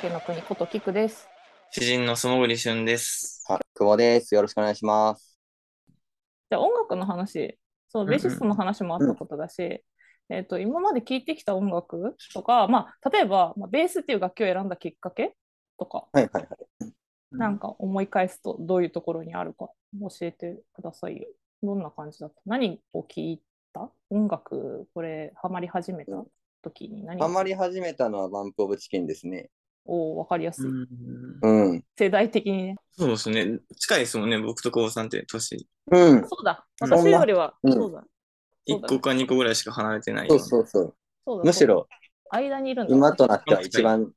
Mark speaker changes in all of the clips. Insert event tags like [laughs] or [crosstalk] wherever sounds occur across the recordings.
Speaker 1: 酒の国ことキクです。
Speaker 2: 詩人の素潜俊です。
Speaker 3: あ、久保です。よろしくお願いします。
Speaker 1: じゃあ音楽の話、そう、
Speaker 2: んうん
Speaker 1: ベーシストの話もあったことだし、えっと、今まで聴いてきた音楽とか、まあ、例えば、まあ、ベースっていう楽器を選んだきっかけとか、
Speaker 3: はいはいはい。
Speaker 1: なんか思い返すとどういうところにあるか教えてくださいよ。どんな感じだった何を聴いた音楽、これ、ハマり始めた時に何
Speaker 3: ハマり始めたのはバンプオブチキンですね。
Speaker 1: を分かりやすい。
Speaker 3: うん。
Speaker 1: 世代的にね。
Speaker 2: そうですね。近いですもんね、僕と久保さんって年。
Speaker 3: うん。
Speaker 1: そうだ。
Speaker 2: うん
Speaker 1: 私よりは、
Speaker 3: うん
Speaker 1: そうだ。そう
Speaker 2: 1
Speaker 1: だ
Speaker 2: 個か2個ぐらいしか離れてない
Speaker 3: そ
Speaker 2: よ
Speaker 3: うそうそう。
Speaker 1: そうだ
Speaker 3: むしろ
Speaker 1: 間にいるんだ。
Speaker 3: 今となっては一番
Speaker 2: うん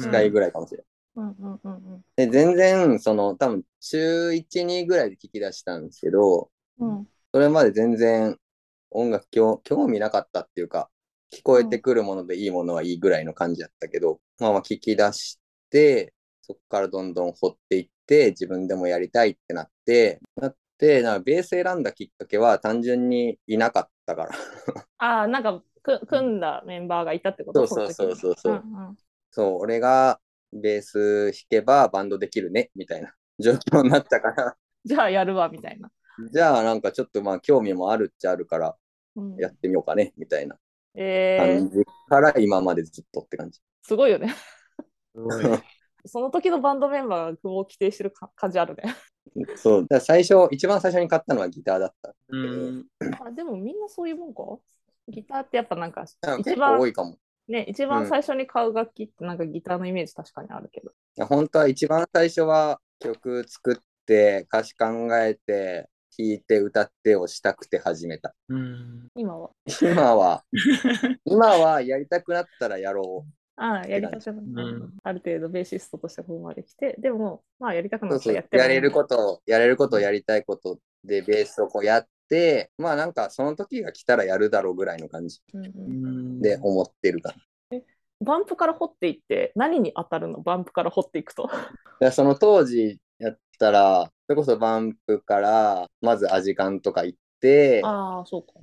Speaker 3: 近いぐらいかもしれ
Speaker 1: うんうんうんうん
Speaker 3: ない。で、全然、その、多分中1、2ぐらいで聞き出したんですけど、
Speaker 1: うん
Speaker 3: それまで全然音楽興興味なかったっていうか、聞こえてくるものでいいものはいいぐらいの感じだったけど、まあまあ聞き出して、そこからどんどん掘っていって、自分でもやりたいってなって、なって、なんかベース選んだきっかけは単純にいなかったから。 [laughs]
Speaker 1: ああ、なんかく組んだメンバーがいたってこと
Speaker 3: そう
Speaker 1: の
Speaker 3: そう
Speaker 1: 時
Speaker 3: そうそうそう
Speaker 1: うんうん
Speaker 3: そう、俺がベース弾けばバンドできるね、みたいな [laughs] 状況になったから、 [laughs]
Speaker 1: じゃあやるわみたいな。
Speaker 3: じゃあなんかちょっとまあ興味もあるっちゃあるから、
Speaker 1: うん
Speaker 3: やってみようかね、みたいな
Speaker 1: え
Speaker 3: 感
Speaker 1: ー、
Speaker 3: じから今までずっとって感じ。
Speaker 1: すごいよね。
Speaker 2: すごい
Speaker 1: [laughs] その時のバンドメンバーが久保を規定してるか感じあるね。
Speaker 3: そう。だから最初、一番最初に買ったのはギターだった。
Speaker 2: うん
Speaker 1: あでもみんなそういうもんかギターってやっぱなんか
Speaker 3: だから
Speaker 1: 一
Speaker 3: 結構多
Speaker 1: 番
Speaker 3: いかも。
Speaker 1: ね一番最初に買う楽器ってなんかギターのイメージ確かにあるけど。
Speaker 3: いや本当は一番最初は曲作って、歌詞考えて、弾いて、歌ってをしたくて始めた。
Speaker 2: うん
Speaker 1: 今は
Speaker 3: 今は、
Speaker 1: [laughs]
Speaker 3: 今はやりたくなったらやろ
Speaker 1: ああ、やりたくなった、
Speaker 2: うん
Speaker 1: ある程度ベーシストとしてここまで来て、でも、まあやりたく
Speaker 3: う。
Speaker 1: な
Speaker 3: そう
Speaker 1: ったらや
Speaker 3: そうや
Speaker 1: ってもいい
Speaker 3: れること、やれること、やりたいことでベースをこうやって、まあなんかその時が来たらやるだろうぐらいの感じ
Speaker 1: うんうん
Speaker 3: で思ってるから。
Speaker 1: バンプから掘っていって、何に当たるのバンプから掘っていくと。
Speaker 3: でその当時やったら、それこそバンプから、まずアジカンとか行って、
Speaker 1: ああ、そうか。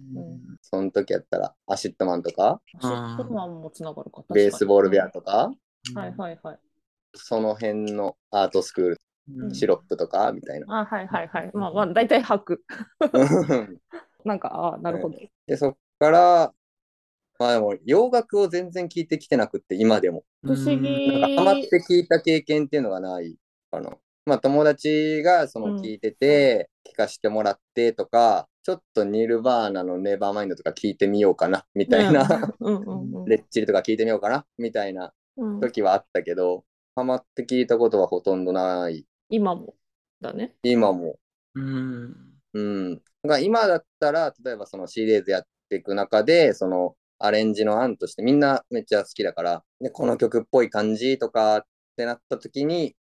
Speaker 3: その時やったら、アシットマンとか、
Speaker 1: シットマンもつながるか。
Speaker 3: ベースボールベア
Speaker 1: と
Speaker 3: とか、
Speaker 1: はいはいはい。
Speaker 3: その辺のアートスクール、
Speaker 1: うん
Speaker 3: シロップとか、みたい
Speaker 1: [laughs]
Speaker 3: な。
Speaker 1: あはいはいはい。まあまあ、大体吐く。 [laughs] なんか、ああ、なるほど。
Speaker 3: で、そっから、まあでも、洋楽を全然聞いてきてなくって、今でも。
Speaker 1: 不思議。
Speaker 3: なんか、ハマって聞いた経験っていうのがないかな。まあ、友達がそ
Speaker 1: うん
Speaker 3: の聞いてて、聞かしてもらってとか、ちょっとニルバーナのネバーマインドとか聞いてみようかな、みたいな。
Speaker 1: うんうんうん。
Speaker 3: [laughs] レッチリとか聞いてみようかな、みたいな
Speaker 1: うん
Speaker 3: 時はあったけど、ハマって聞いたことはほとんどない。
Speaker 1: 今もだね。
Speaker 3: 今も。
Speaker 2: うん
Speaker 3: うん。だから今だったら、例えばそのシリーズやっていく中で、そのアレンジの案としてみんなめっちゃ好きだから、でこの曲っぽい感じとかってなった時に、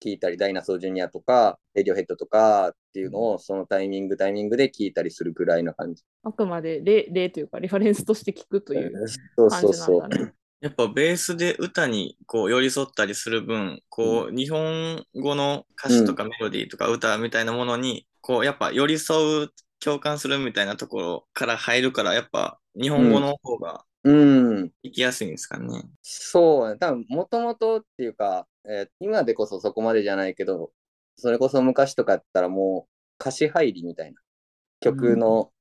Speaker 3: 聞いたり、ダイナソージュニアとか、レディオヘッドとかっていうのを、そのタイミングタイミングで聞いたりするぐらいな感じ。
Speaker 1: あくまで例例というか、リファレンスとして聞くという
Speaker 3: そうそ
Speaker 1: 感
Speaker 3: う
Speaker 1: じな
Speaker 3: そ
Speaker 1: ん
Speaker 3: う
Speaker 1: だ。ね。
Speaker 2: やっぱベースで歌にこう寄り添ったりする分、こう日本語の歌詞とかメロディーとか歌みたいなものに、こうやっぱ寄り添う、共感するみたいなところから入るから、やっぱ日本語の方が
Speaker 3: うん。
Speaker 2: 行きやすいんですかね。
Speaker 3: そう、多分もともとっていうか、えー今でこそそこまでじゃないけど、それこそ昔とかやったらもう歌詞入りみたいな。曲の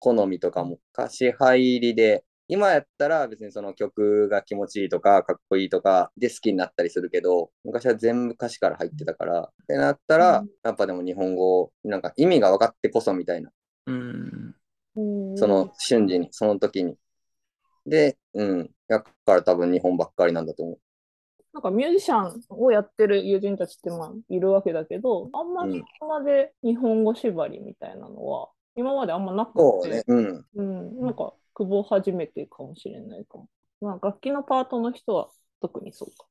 Speaker 3: 好みとかも歌詞入りで、今やったら別にその曲が気持ちいいとか、かっこいいとかで好きになったりするけど、昔は全部歌詞から入ってたから、ってなったら、
Speaker 1: うん
Speaker 3: やっぱでも日本語、なんか意味が分かってこそみたいな。
Speaker 2: うん。
Speaker 3: その瞬時に、その時に。で、うん。だから多分日本ばっかりなんだと思う。
Speaker 1: なんかミュージシャンをやってる友人たちってまあいるわけだけど、あんまりここまで日本語縛りみたいなのは、今まであんまなくて、
Speaker 3: そうね。うん。
Speaker 1: うん、なんか久保初めてかもしれないかも。まあ楽器のパートの人は特にそうか。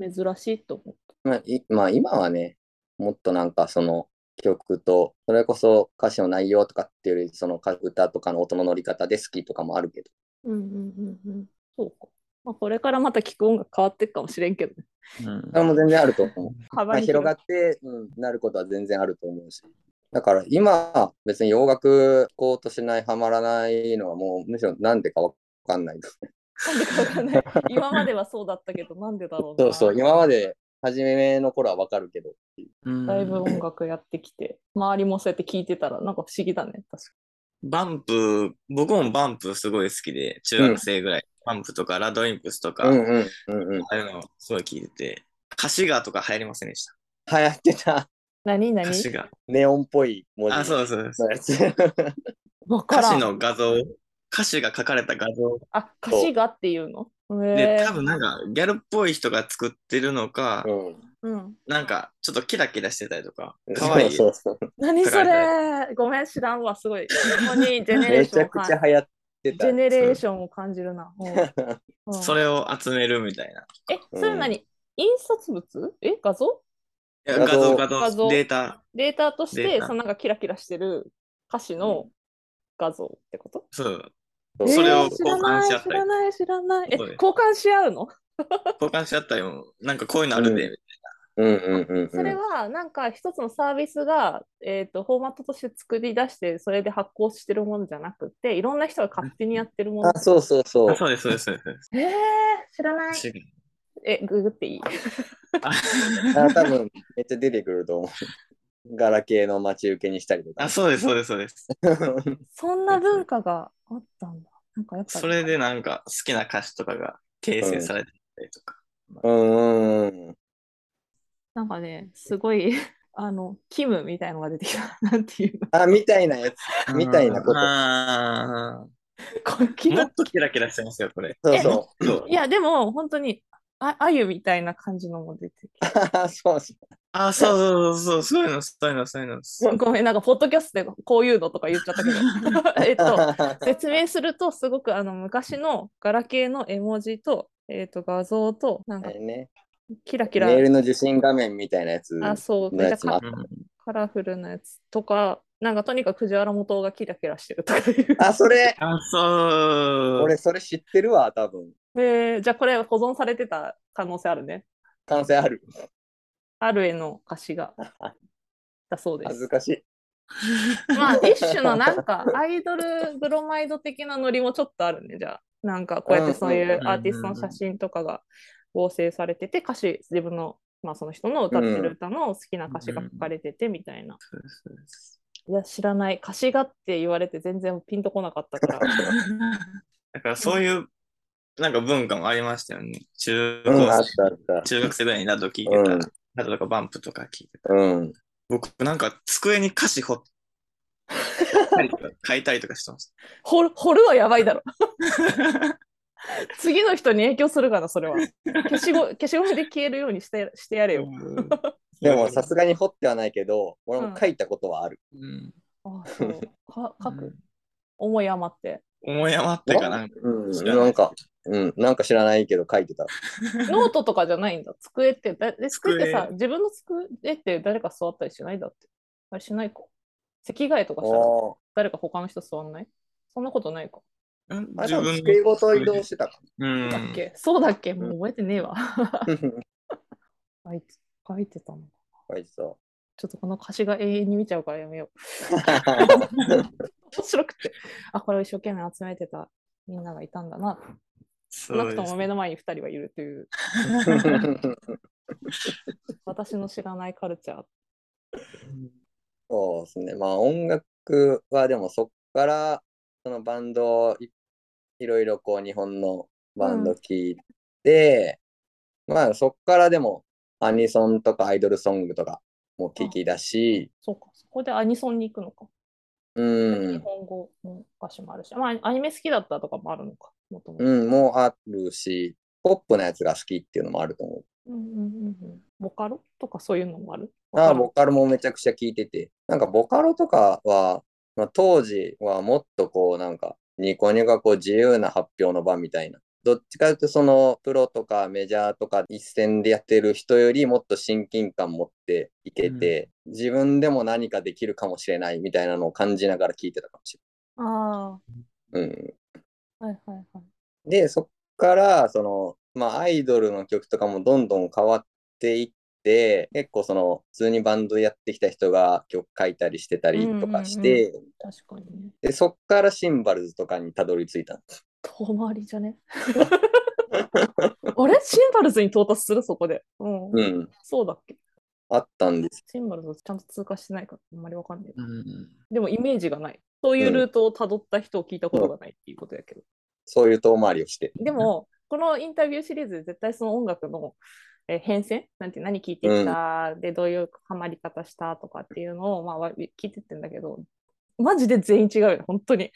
Speaker 1: 珍しいと思った。
Speaker 3: まあ、いまあ、今はね、もっとなんかその曲と、それこそ歌詞の内容とかっていうより、そのか歌とかの音の乗り方で好きとかもあるけど。
Speaker 1: うんうんうんうん。そうか。まあこれからまた聞く音楽変わっていくかもしれんけどね。
Speaker 2: うん
Speaker 3: それも全然あると思う。ま
Speaker 1: 幅
Speaker 3: あ、
Speaker 1: に
Speaker 3: 広がって、うん、なることは全然あると思うし。だから今、別に洋楽聴こうとしない、ハマらないのはもうむしろなんでかわかんない。
Speaker 1: なんでかわかんない。今まではそうだったけど、なんでだろう
Speaker 3: そ
Speaker 1: な。
Speaker 3: うそう、今まで初めの頃はわかるけど、
Speaker 1: だいぶ
Speaker 2: うん
Speaker 1: 音楽やってきて、周りもそうやって聞いてたら、なんか不思議だね、確か
Speaker 2: バンプ、僕もバンプすごい好きで、中学生ぐらい、バンプとかラドインプスとか、
Speaker 3: うん
Speaker 2: あ
Speaker 3: うんうんうん。
Speaker 2: あいうのをすごい聞いてて、歌詞がとか流行りませんでした。
Speaker 3: 流行ってた [laughs]
Speaker 1: に。何
Speaker 2: 歌詞
Speaker 1: 何
Speaker 2: が。
Speaker 3: ネオンっぽい文字
Speaker 2: あ、そうですそうです。
Speaker 3: のやつ。う
Speaker 1: わか
Speaker 2: 歌
Speaker 1: ら
Speaker 2: 詞
Speaker 1: ん。
Speaker 2: の画像、歌詞が書かれた画像
Speaker 1: あ、歌詞がっていうのへ
Speaker 2: で、
Speaker 1: ー
Speaker 2: 多分なんかギャルっぽい人が作ってるのか、
Speaker 3: [laughs] ん。
Speaker 1: うん。
Speaker 2: なんかちょっとキラキラしてたりとか、可愛い
Speaker 3: そうそうそう
Speaker 1: 何そ
Speaker 2: 書か
Speaker 1: れごめん、知らんわ、すごい。ここにジェネレー
Speaker 3: め
Speaker 1: シ
Speaker 3: ち
Speaker 1: ョン
Speaker 3: ゃ
Speaker 1: を
Speaker 3: く
Speaker 1: 感
Speaker 3: ちゃ流行って
Speaker 1: ジ
Speaker 3: た
Speaker 1: ェ。ネレーションを感じる
Speaker 3: [laughs]
Speaker 1: な。うんうん
Speaker 2: それを集めるみたいな。
Speaker 1: え、それ何印刷物え、画像
Speaker 2: いや
Speaker 3: 画
Speaker 2: 画
Speaker 3: 像
Speaker 2: 像、
Speaker 1: 画
Speaker 2: 画
Speaker 1: 像
Speaker 2: 像、データ、
Speaker 1: データとし
Speaker 2: デ
Speaker 1: て、
Speaker 2: ータ
Speaker 1: そのなんかキラキラしてる歌詞の画像ってこと [laughs]
Speaker 2: そう、
Speaker 3: そう
Speaker 2: それを
Speaker 1: えー知
Speaker 2: 交
Speaker 1: らな
Speaker 2: 換
Speaker 1: い
Speaker 2: し合ったり
Speaker 1: 知らない、知らない。え、
Speaker 2: そうです
Speaker 1: 交換し合うの
Speaker 2: 交換し合ったりも、なんかこういうのあるで、
Speaker 3: うんうんうんうんうん。
Speaker 1: それはなんか一つのサービスが、えー、とフォーマットとして作り出してそれで発行してるものじゃなくていろんな人が勝手にやってるもの
Speaker 3: あ、。そうそうそう
Speaker 2: あ。そうです、そうです、そうです
Speaker 1: えー、知らない。
Speaker 2: 違う。
Speaker 1: え、ググっていい
Speaker 2: あ
Speaker 3: あ多分めっちゃ出てくると思う。ガラケーの待ち受けにしたりとか
Speaker 2: あ、。そうです、そうです、そうです。
Speaker 1: そんな文化があったんだ。なんかやっぱり
Speaker 2: それでなんか好きな歌詞とかが形成されてたりとか。
Speaker 3: うんうん。
Speaker 1: なんかね、すごい [laughs] あの、キムみたいのが出てきた。 [laughs] なんていうの
Speaker 3: あ、みたいなやつ。みたいなこと
Speaker 2: あ
Speaker 1: こうキ
Speaker 2: ーも
Speaker 1: ム
Speaker 2: っとキラキラしてますよ、これ。
Speaker 3: そうそう。
Speaker 2: そう
Speaker 1: いや、でも本当にああゆみたいな感じのも出てきた。
Speaker 3: あ [laughs] そうそう。
Speaker 2: あ、そうそうそう、そういうの、そういうの、そういうの。
Speaker 1: ごめん、なんかポッドキャストでこういうのとか言っちゃ
Speaker 3: [laughs]
Speaker 1: ったけど。えっと、説明するとすごくあの昔のガラケーの絵文字と,、えー、と画像となん
Speaker 3: あ
Speaker 1: か
Speaker 3: れね、
Speaker 1: キラキ
Speaker 3: メ
Speaker 1: ラ、
Speaker 3: ールの受信画面みたいなやつ。
Speaker 1: あそう
Speaker 3: の
Speaker 1: めっち
Speaker 3: や
Speaker 1: ゃ
Speaker 3: つもあ
Speaker 1: カ
Speaker 3: っ
Speaker 1: カラフルなやつとかなんかとにかく藤原元がキラキラしてるとか
Speaker 3: [laughs]
Speaker 1: いう
Speaker 3: た。あ、それ、
Speaker 2: あ、そう。
Speaker 3: 俺それ知ってるわ、多分。
Speaker 1: えーじゃあこれ保存されてた可能性あるね
Speaker 3: 感性ある。
Speaker 1: ある絵の歌詞がだそうで
Speaker 3: 恥ず
Speaker 1: す
Speaker 3: かしい。
Speaker 1: まあ一種のなんかアイドルブロマイド的なノリもちょっとあるねじゃあなんかこうやってそういうアーティストの写真とかが合成されてて歌詞自分のまあその人の歌ってる歌の好きな歌詞が書かれててみたいな、いや知らない歌詞がって言われて全然ピンとこなかった [laughs] から
Speaker 2: だからそういう、なんか文化もありましたよね。中
Speaker 3: うん、あっ
Speaker 2: 高
Speaker 3: たあった。
Speaker 2: 中学生ぐらいにラド聞いて
Speaker 3: うん
Speaker 2: た。ラドとかバンプとか聞いてた。
Speaker 3: うん。
Speaker 2: 僕、なんか机に歌詞彫ったりとか書いたりとかしてま
Speaker 3: [laughs]
Speaker 2: し
Speaker 1: 掘る掘るはやばいだろ次の人に影響するからそれは消しゴ消しゴムで消えるようにしてしてやれ
Speaker 2: た。
Speaker 1: よ、
Speaker 3: でもさすがに掘ってはないけど、俺も書いたことはある。
Speaker 2: うん [laughs]
Speaker 1: あそうか書
Speaker 2: う
Speaker 1: く
Speaker 2: ん
Speaker 1: 思い余って
Speaker 2: 思い余ってかなんか。
Speaker 3: うん、
Speaker 2: 知らい
Speaker 3: なんか、うん、なんか知らないけど書いてた。
Speaker 1: ノートとかじゃないん
Speaker 2: [laughs]
Speaker 1: だ。机って、だで机ってさ、
Speaker 2: 机
Speaker 1: 自分の机って誰か座ったりしないだって。あれしないか。席替えとかしたら
Speaker 3: お
Speaker 1: 誰か他の人座んないそんなことないか。
Speaker 2: うん
Speaker 3: あ
Speaker 2: 自
Speaker 3: れ、
Speaker 2: 分
Speaker 3: 机ごと移動
Speaker 2: の
Speaker 3: してたか
Speaker 2: うん
Speaker 1: だっけそうだっけもう覚えてねえ
Speaker 2: [laughs]
Speaker 1: わ。
Speaker 3: な。
Speaker 1: 書いて書いてたのか。
Speaker 3: 書いて
Speaker 2: [laughs]
Speaker 3: た。
Speaker 1: ちょっとこの歌詞が永遠に見ちゃうからやめよう。面白くて。あ、これを一生懸命集めてたみんながいたんだな。少
Speaker 2: そ
Speaker 1: な
Speaker 2: う
Speaker 1: くと
Speaker 2: で
Speaker 1: も
Speaker 2: す
Speaker 1: 目の前に2人はいると
Speaker 2: [laughs]
Speaker 1: いう、 [laughs] 私の知らないカルチャー。
Speaker 3: そうですね。まあ音楽はでもそっからそのバンドをいいろいろこう日本のバンド聞いて、まあそっからでもアニソンとかアイドルソングとかも聞きだし、
Speaker 1: そうか、そこでアニソンに行くのか。
Speaker 3: う
Speaker 1: 日
Speaker 3: ん、
Speaker 1: 本語の歌詞もあるし、まあ、アニメ好きだったとかもあるのか、もともと。
Speaker 3: うん、もうあるし、ポップなやつが好きっていうのもあると思
Speaker 1: うんうんうんうんボカロとかそういうのもある
Speaker 3: う。ああ、ボ
Speaker 1: ボ
Speaker 3: カロもめちゃくちゃ聞いてて、なんかボカロとかは、まあ、当時はもっとこうなんかニコニコがこう自由な発表の場みたいな。どっちかというとそのプロとかメジャーとか一戦でやってる人よりもっと親近感持っていけて、自分でも何かできるかもしれないみたいなのを感じながら聞いてたかもし
Speaker 1: あ
Speaker 3: れない。うん、
Speaker 1: あ、はいはいはい。
Speaker 3: で、そっから、その、まあ、アイドルの曲とかもどんどん変わっていって、結構その、普通にバンドやってきた人が曲書いたりしてたりとかして、
Speaker 1: 確かにね。
Speaker 3: で、そっからシンバルズとかにたどり着いたんです。
Speaker 1: 遠回りじゃ [laughs] ねあれシンバルズに到達するそこで。うん。
Speaker 3: うん。
Speaker 1: そうだっけ
Speaker 3: あったんです。
Speaker 1: シンバルズちゃんと通過してないからあんまりわかんない。
Speaker 2: うん
Speaker 1: でもイメージがない。そういうルートをたどった人を聞いたことがないっていうことやけど。
Speaker 3: そういう遠回りをして。 [laughs]
Speaker 1: でも、このインタビューシリーズで絶対その音楽の、えー変遷なんて何聴いてきた、でどういうハマり方したとかっていうのを、まあ、わ聞いてってんだけどマジで全員違うよね本当に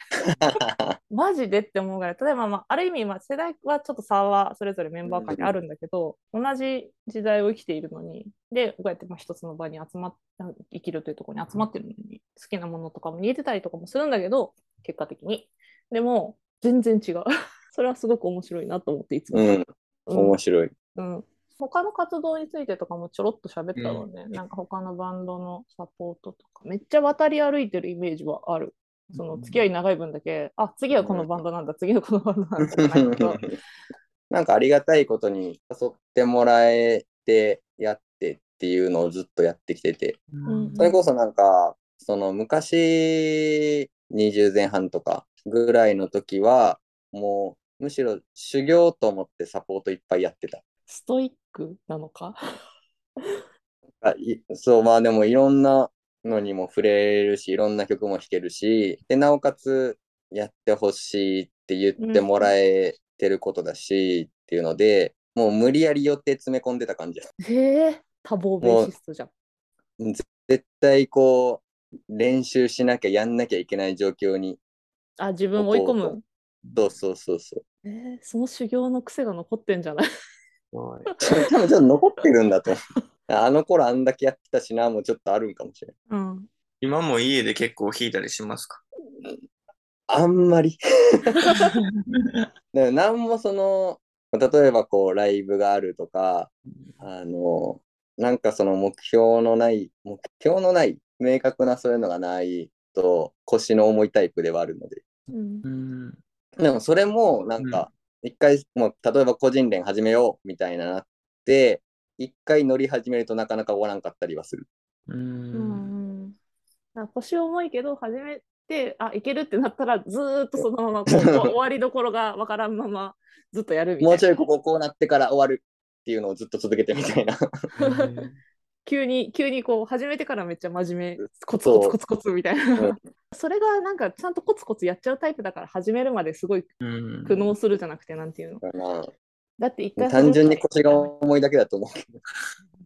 Speaker 1: マジでって思うぐらい例えば、まあ、ある意味、まあ、世代はちょっと差はそれぞれメンバー間にあるんだけど、同じ時代を生きているのにでこうやってまあ一つの場に集まっ生きるというところに集まってるのに好きなものとかも見えてたりとかもするんだけど結果的にでも全然違う [laughs] それはすごく面白いなと思っていつも
Speaker 3: うん。面白い。
Speaker 1: うん、他の活動についてとかもちょろっと喋ったのね、なんか他のバンドのサポートとかめっちゃ渡り歩いてるイメージはあるその付き合い長い分だけ、あ次はこのバンドなんだ次はこのバンドなんだってなるけど
Speaker 3: [laughs] なんかありがたいことに誘ってもらえてやってっていうのをずっとやってきてて、
Speaker 1: ん
Speaker 3: それこそなんか、その昔、20前半とかぐらいの時は、もうむしろ修行と思ってサポートいっぱいやってた。
Speaker 1: [laughs] ストイックなのか
Speaker 3: あいそう、まあでもいろんなのにも触れるし、いろんな曲も弾けるし、で、なおかつやってほしいって言ってもらえてることだし、っていうので、もう無理やり予定詰め込んでた感じ
Speaker 1: [laughs] へえ多忙ベーシストじゃん
Speaker 3: 絶対こう、練習しなきゃやんなきゃいけない状況に、
Speaker 1: あ自分を追い込
Speaker 3: そうそ
Speaker 1: む
Speaker 3: そうそうそうそう。
Speaker 1: えーその修行の癖が残ってんじゃない
Speaker 3: [laughs] 多分ちょっと残ってるんだと思う。あの頃あんだけやってたしな、もうちょっとあるんかもしれない。
Speaker 1: うん
Speaker 2: 今も家で結構弾いたりしますか
Speaker 3: あんまり。 [laughs]
Speaker 2: うん
Speaker 3: だからなんもその、例えばこうライブがあるとか、あの、なんかその目標のない、目標のない、明確なそういうのがないと腰の重いタイプではあるので。
Speaker 1: うん
Speaker 2: うん
Speaker 3: でもそれもなんか、一回、もう例えば個人練始めようみたいななって、一回乗り始めるとなかなか終わらんかったりはする。
Speaker 2: う
Speaker 1: うん
Speaker 2: ん
Speaker 1: うんだから腰重いけど始めてあいけるってなったらずーっとそのままこう終わりどころがわからんままずっとやるみ
Speaker 3: も
Speaker 1: た
Speaker 3: う
Speaker 1: い
Speaker 3: ち
Speaker 1: な
Speaker 3: ょいこここうなってから終わるっていうのをずっと続けてみたい
Speaker 1: [laughs]
Speaker 3: な。
Speaker 1: 急に急にこう始めてからめっちゃ真面目コツコツコツコツみたいな、
Speaker 3: うん
Speaker 1: それがなんかちゃんとコツコツやっちゃうタイプだから始めるまですごい
Speaker 2: うん
Speaker 1: 苦悩するじゃなくてなんていうのだって一回
Speaker 3: 単純に腰が重いだけだと思うけど。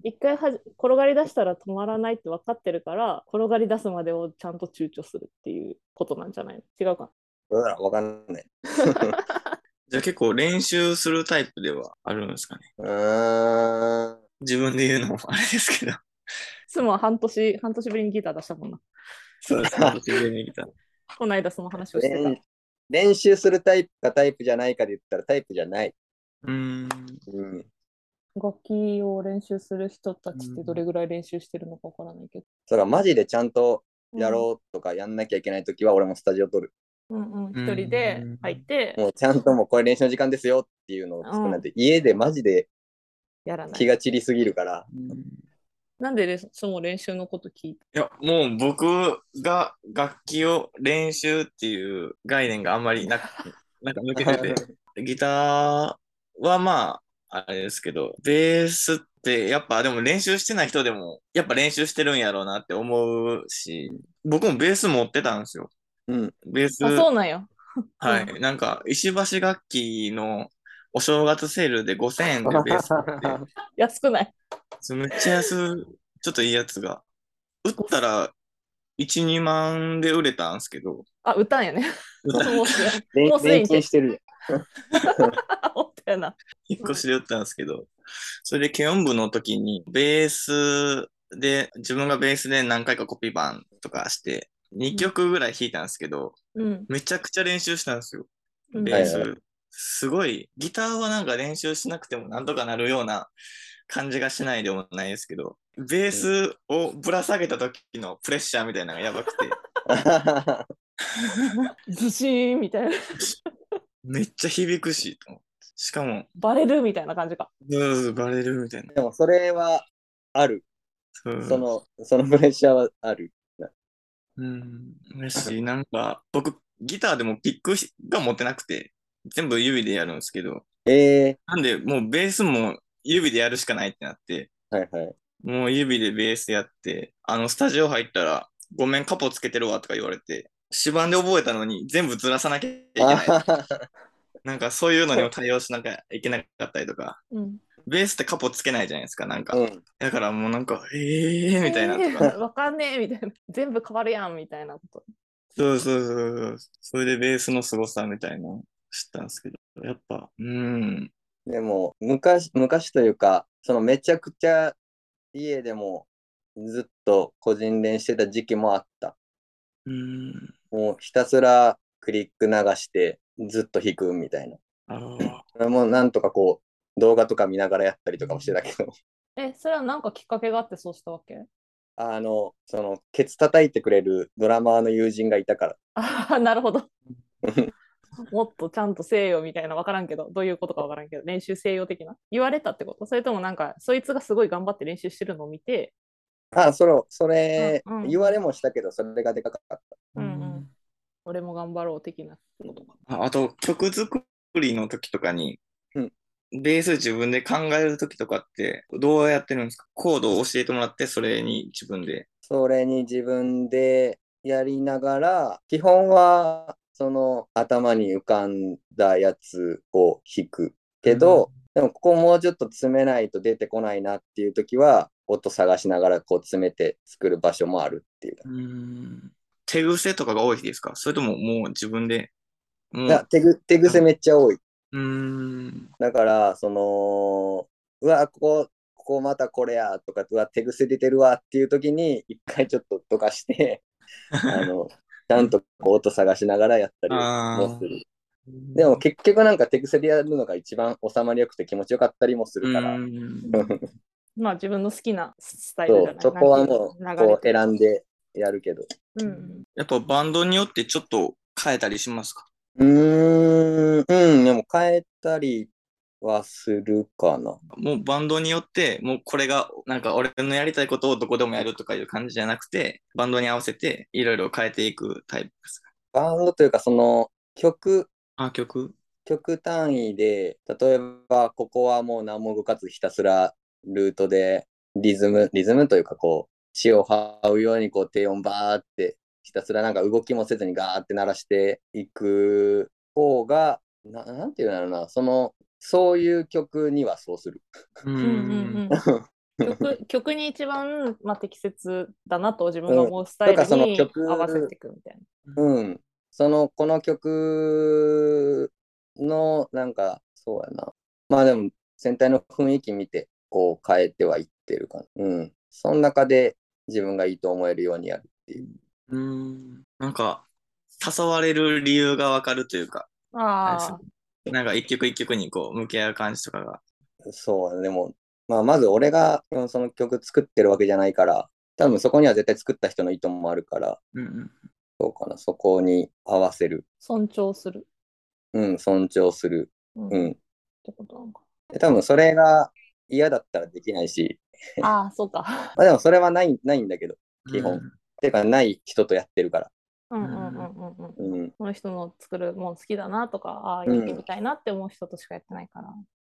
Speaker 1: 一回はじ転がり出したら止まらないって分かってるから転がり出すまでをちゃんと躊躇するっていうことなんじゃないの違うかな
Speaker 3: どうだろうわかんない。
Speaker 2: じゃあ結構練習するタイプではあるんですかね。
Speaker 3: うーん。
Speaker 2: 自分で言うのもあれですけど。 [laughs]
Speaker 1: スモは半年、半年ぶりにギター出したもんな。
Speaker 2: そうですね。自分で見た
Speaker 1: [laughs] この間その話をしてた
Speaker 3: 練。練習するタイプかタイプじゃないかで言ったらタイプじゃない。
Speaker 2: うん。
Speaker 3: うん。
Speaker 1: 楽器を練習する人たちってどれぐらい練習してるのかわからないけど。
Speaker 3: それはマジでちゃんとやろうとかやんなきゃいけないときは俺もスタジオ取る。
Speaker 1: う。うんうん。一人で入って
Speaker 3: もうちゃんともうこれ練習の時間ですよっていうのを作らないと、家でマジで
Speaker 1: やらな
Speaker 3: 気
Speaker 1: い。
Speaker 3: が散りすぎるから。
Speaker 2: うん
Speaker 1: なんでですスモ練習のこと聞い
Speaker 2: いや、もう僕が楽器を練習っていう概念があんまりなく、なんか抜
Speaker 3: [laughs]
Speaker 2: けてて、ギターはまあ、あれですけど、ベースってやっぱでも練習してない人でも、やっぱ練習してるんやろうなって思うし、僕もベース持ってたんですよ。
Speaker 3: うん。
Speaker 2: ベース、
Speaker 1: たあ、そうなんよ。
Speaker 2: はい。なんか、石橋楽器のお正月セールで5000円でベース買って、
Speaker 3: [laughs]
Speaker 1: 安くない。
Speaker 2: そうめっちゃ安、ちょっといいやつが。売ったら、1、2万で売れたんすけど、
Speaker 1: あ、歌んやね。もうすでにも
Speaker 3: 錬
Speaker 1: うすで
Speaker 3: 錬
Speaker 1: に
Speaker 3: 金してる。 [laughs]
Speaker 1: あ、おったやな。
Speaker 2: 引っ越しで売ったんですけど、それで、ケヨン部の時に、ベースで、自分がベースで何回かコピーバンとかして、2曲ぐらい弾いたんですけど、
Speaker 1: うん。
Speaker 2: めちゃくちゃ練習したんですよ。
Speaker 1: うん
Speaker 2: ベー
Speaker 3: はい
Speaker 2: ス。すごい、ギターはなんか練習しなくてもなんとかなるような感じがしないでもないですけど、ベースをぶら下げた時のプレッシャーみたいなのがやばくて、
Speaker 1: ずしーんみたいな。
Speaker 2: めっちゃ響くし、と思ってしかも、
Speaker 1: バレるみたいな感じか。
Speaker 2: ブーバレるみたいな。
Speaker 3: でもそれはある。
Speaker 2: そう
Speaker 3: その、そのプレッシャーはある。
Speaker 2: うん。だし、なんか、僕、ギターでもピックが持ってなくて、全部指でやるんですけど、
Speaker 3: え
Speaker 2: なんでもうベースも指でやるしかないってなって、
Speaker 3: ー、はいはい。
Speaker 2: もう指でベースやって、あの、スタジオ入ったら、ごめん、カポつけてるわとか言われて、指板で覚えたのに全部ずらさなきゃいけ
Speaker 3: あは
Speaker 2: ない。
Speaker 3: は
Speaker 2: なんかそういうのにも対応しなきゃいけなかったりとか、
Speaker 1: うん。
Speaker 2: ベースってカポつけないじゃないですか、なんか。
Speaker 3: うん
Speaker 2: だからもうなんか、えーみたいなとか。
Speaker 1: えーわかんねえみたいな。全部変わるやんみたいなこと。
Speaker 2: そうそうそうそう。それでベースの凄さみたいなの知ったんですけど、やっぱ、うん。
Speaker 3: でも昔昔というかそのめちゃくちゃ家でもずっと個人練してた時期もあった
Speaker 2: うん。
Speaker 3: もうひたすらクリック流してずっと弾くみたいな
Speaker 2: ああ。
Speaker 3: それもなんとかこう動画とか見ながらやったりとかもしてたけ
Speaker 2: [laughs]
Speaker 3: ど
Speaker 1: え、それはなんかきっかけがあってそうしたわけ
Speaker 3: あのそのケツ叩いてくれるドラマーの友人がいたから [laughs]
Speaker 1: ああ、なるほど
Speaker 3: うん。
Speaker 1: もっとちゃんとせえよみたいな分からんけどどういうことか分からんけど練習せえよ的な言われたってことそれともなんかそいつがすごい頑張って練習してるのを見て
Speaker 3: あそれそれ
Speaker 1: うんうん
Speaker 3: 言われもしたけどそれがでかかった
Speaker 1: うんうん俺も頑張ろう的なことか
Speaker 2: ああと、曲作りの時とかに、
Speaker 3: うん
Speaker 2: ベース自分で考える時とかって、どうやってるんですかコードを教えてもらって、それに自分で。
Speaker 3: それに自分でやりながら、基本はその頭に浮かんだやつを弾くけど、でもここもうちょっと詰めないと出てこないなっていう時は、音探しながらこう詰めて作る場所もあるっていう。
Speaker 2: うん。手癖とかが多いですかそれとももう自分で。も
Speaker 3: いや
Speaker 2: う
Speaker 3: 手ぐ手癖めっちゃ多い。
Speaker 2: うん。
Speaker 3: だから、その、うわ、ここ、ここまたこれやとか、うわ、手癖出てるわっていう時に、一回ちょっとどかして、あの、ちゃんとこう音探しながらやったりもする。でも結局なんか手癖でやるのが一番収まりよくて気持ちよかったりもするから、
Speaker 2: うん
Speaker 1: まあ自分の好きなスタイル
Speaker 3: そ
Speaker 1: じゃ
Speaker 3: う
Speaker 1: ない
Speaker 3: そこはも
Speaker 1: なん
Speaker 3: う
Speaker 1: てい
Speaker 3: こう
Speaker 1: 流れ
Speaker 3: 選んでやるけど。
Speaker 1: うんうん
Speaker 2: やっぱバンドによってちょっと変えたりしますか
Speaker 3: うーん、うん、でも変えたりはするかな。
Speaker 2: もうバンドによって、もうこれが、なんか俺のやりたいことをどこでもやるとかいう感じじゃなくて、バンドに合わせていろいろ変えていくタイプですか
Speaker 3: バンドというかその曲、
Speaker 2: あ、曲
Speaker 3: 曲単位で、例えばここはもう何も動かずひたすらルートでリズム、リズムというかこう、地を這うようにこう低音バーってひたすらなんか動きもせずにガーって鳴らしていく方が、ななんていうんだろうな、その、そういう曲にはそうする。
Speaker 2: うん
Speaker 1: うんうんうん曲 [laughs] 曲に一番、まあ、適切だなと自分が思うスタイル
Speaker 3: うんとかその
Speaker 1: に
Speaker 3: 曲
Speaker 1: 合わせていくみたいな。
Speaker 3: うん。その、この曲の、なんか、そうやな。まあでも、全体の雰囲気見て、こう変えてはいってるかな。うん。その中で自分がいいと思えるようにやるっていう。
Speaker 2: うんなんか、誘われる理由がわかるというか、
Speaker 1: ああ、
Speaker 2: なんか一曲一曲にこう向き合う感じとかが。
Speaker 3: そうや、でも、まあまず俺がうんその曲作ってるわけじゃないから、多分そこには絶対作った人の意図もあるから、
Speaker 2: うんうん
Speaker 3: そうかな。そこに合わせる。
Speaker 1: 尊重する、
Speaker 3: うん、尊重する。
Speaker 1: うん
Speaker 3: う
Speaker 1: っ
Speaker 3: ん。
Speaker 1: てことなのか。
Speaker 3: で多分それが嫌だったらできないし、
Speaker 1: ああ、そう [laughs] か。
Speaker 3: まあでもそれはない、ないんだけど。基本
Speaker 2: うん
Speaker 3: てかない人とやってるから。
Speaker 1: うんうんうんうんうん。
Speaker 3: うん。
Speaker 1: この人の作るもん好きだなとか、ああ、やってみたいなって思う人としかやってないから。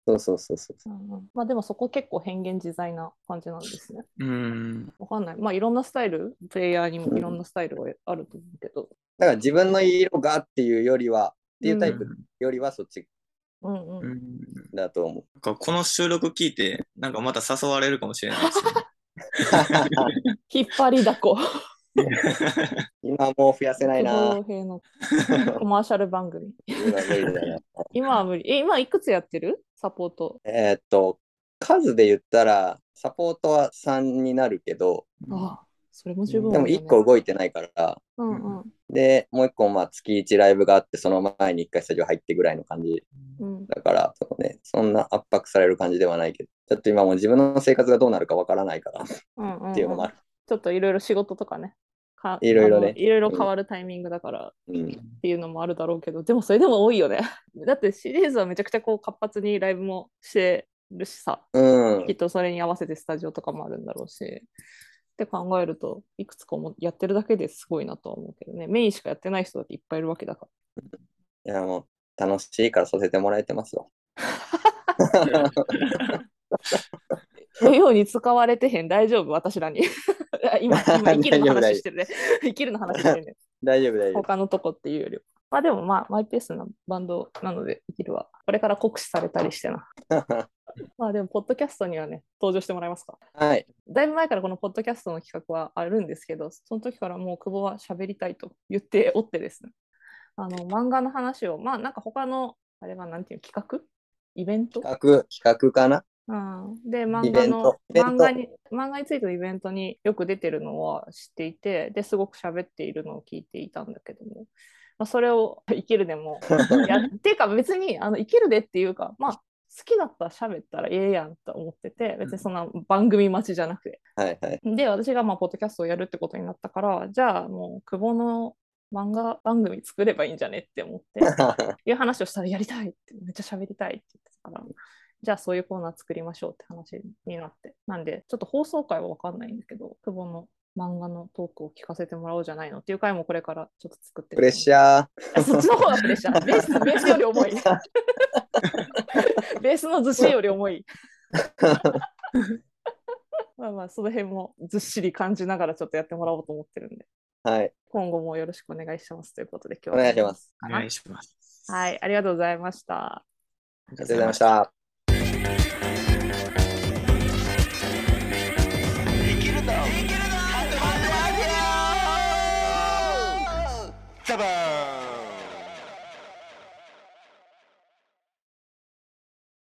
Speaker 3: そうそうそうそう。
Speaker 1: うんうんまあでもそこ結構変幻自在な感じなんですね。
Speaker 2: うん。
Speaker 1: わかんない。まあいろんなスタイル、プレイヤーにもいろんなスタイルがあると思うけど。
Speaker 3: だから自分の色がっていうよりは、っていうタイプよりはそっち
Speaker 1: うんうん。
Speaker 2: うん
Speaker 3: だと [laughs] 思う。
Speaker 2: なんかこの収録聞いて、なんかまた誘われるかもしれないですね。
Speaker 1: 引っ張りだこ。
Speaker 3: 今はもう増やせないな。
Speaker 1: 不動
Speaker 3: [laughs]
Speaker 1: 平のコマーシャル番組。
Speaker 3: 今無理だな
Speaker 1: 今は無理。え、今いくつやってるサポート。
Speaker 3: えーっと、数で言ったら、サポートは3になるけど、
Speaker 1: ああ、それも十分
Speaker 3: で
Speaker 1: 多
Speaker 3: も
Speaker 1: いよ
Speaker 3: 1
Speaker 1: ね
Speaker 3: 個。動いてないから、
Speaker 1: うんうん
Speaker 3: で、もう1個、まあ、月1ライブがあって、その前に1回スタジオ入ってぐらいの感じ
Speaker 1: うん。
Speaker 3: だから、そうね、そんな圧迫される感じではないけど、ちょっと今もう自分の生活がどうなるかわからないからっ
Speaker 1: うんうんうん
Speaker 3: ていうのもある。
Speaker 1: ちょっといろいろ仕事とかね。か
Speaker 3: いろいろね
Speaker 1: あのいろいろ変わるタイミングだから
Speaker 3: うん
Speaker 1: っていうのもあるだろうけど、でもそれでも多いよね。 [laughs] だってシリーズはめちゃくちゃこう活発にライブもしてるしさ、
Speaker 3: うん
Speaker 1: きっとそれに合わせてスタジオとかもあるんだろうし。って考えると、いくつかもやってるだけですごいなとは思うけどね。メインしかやってない人だっていっぱいいるわけだから。
Speaker 3: いやも楽しいからさせてもらえてますわ。
Speaker 1: [laughs] ように使われてへん、大丈夫、私らに。 [laughs]
Speaker 3: [laughs]
Speaker 1: 今、今生きるの話してるね。 [laughs] 生きるの話してるね。
Speaker 3: 大丈夫、大丈夫。
Speaker 1: 他のとこっていうよりは。まあでもまあ、マイペースなバンドなので、生きるは。これから酷使されたりしてな。まあでも、ポッドキャストにはね、登場してもらえますか。
Speaker 3: [laughs] はい。
Speaker 1: だいぶ前からこのポッドキャストの企画はあるんですけど、その時からもう久保は喋りたいと言っておってですね。あの、漫画の話を、まあなんか他の、あれはなんていう企画イベント
Speaker 3: 企画、企画かな
Speaker 1: うん、で漫
Speaker 3: イ
Speaker 1: 画
Speaker 3: ベン
Speaker 1: の
Speaker 3: トイベント
Speaker 1: 漫画に漫画についてのイベントによく出てるのは知っていてですごく喋っているのを聞いていたんだけども、まあ、それを「生きるで
Speaker 3: [laughs]
Speaker 1: も」やっていうか別にあの「生きるで」っていうかまあ好きだったら喋ったらええやんと思ってて別にそんな番組待ちじゃなくて
Speaker 3: はいはい。 [laughs]
Speaker 1: で私がまあポッドキャストをやるってことになったからじゃあもう久保の漫画番組作ればいいんじゃねって思っ
Speaker 3: [laughs]
Speaker 1: ていう話をしたらやりたいってめっちゃ喋りたいって言ってたからじゃあそういうコーナー作りましょうって話になってなんでちょっと放送回は分かんないんだけど久保の漫画のトークを聞かせてもらおうじゃないのっていう回もこれからちょっと作って
Speaker 3: プレッシ
Speaker 1: ャ
Speaker 3: ャー。 [laughs]
Speaker 1: ー [laughs] そっちの方がプレッシャーベースベースより重いベースのずっしりより重
Speaker 3: [laughs]
Speaker 1: いまあまあその辺もずっしり感じながらちょっとやってもらおうと思ってるんで
Speaker 3: はい。
Speaker 1: 今後もよろしくお願いしますということで今
Speaker 3: お
Speaker 1: 日は
Speaker 3: 願いします。
Speaker 2: お願いします。
Speaker 1: はいありがとうございました
Speaker 2: あり
Speaker 3: ありがとうございました。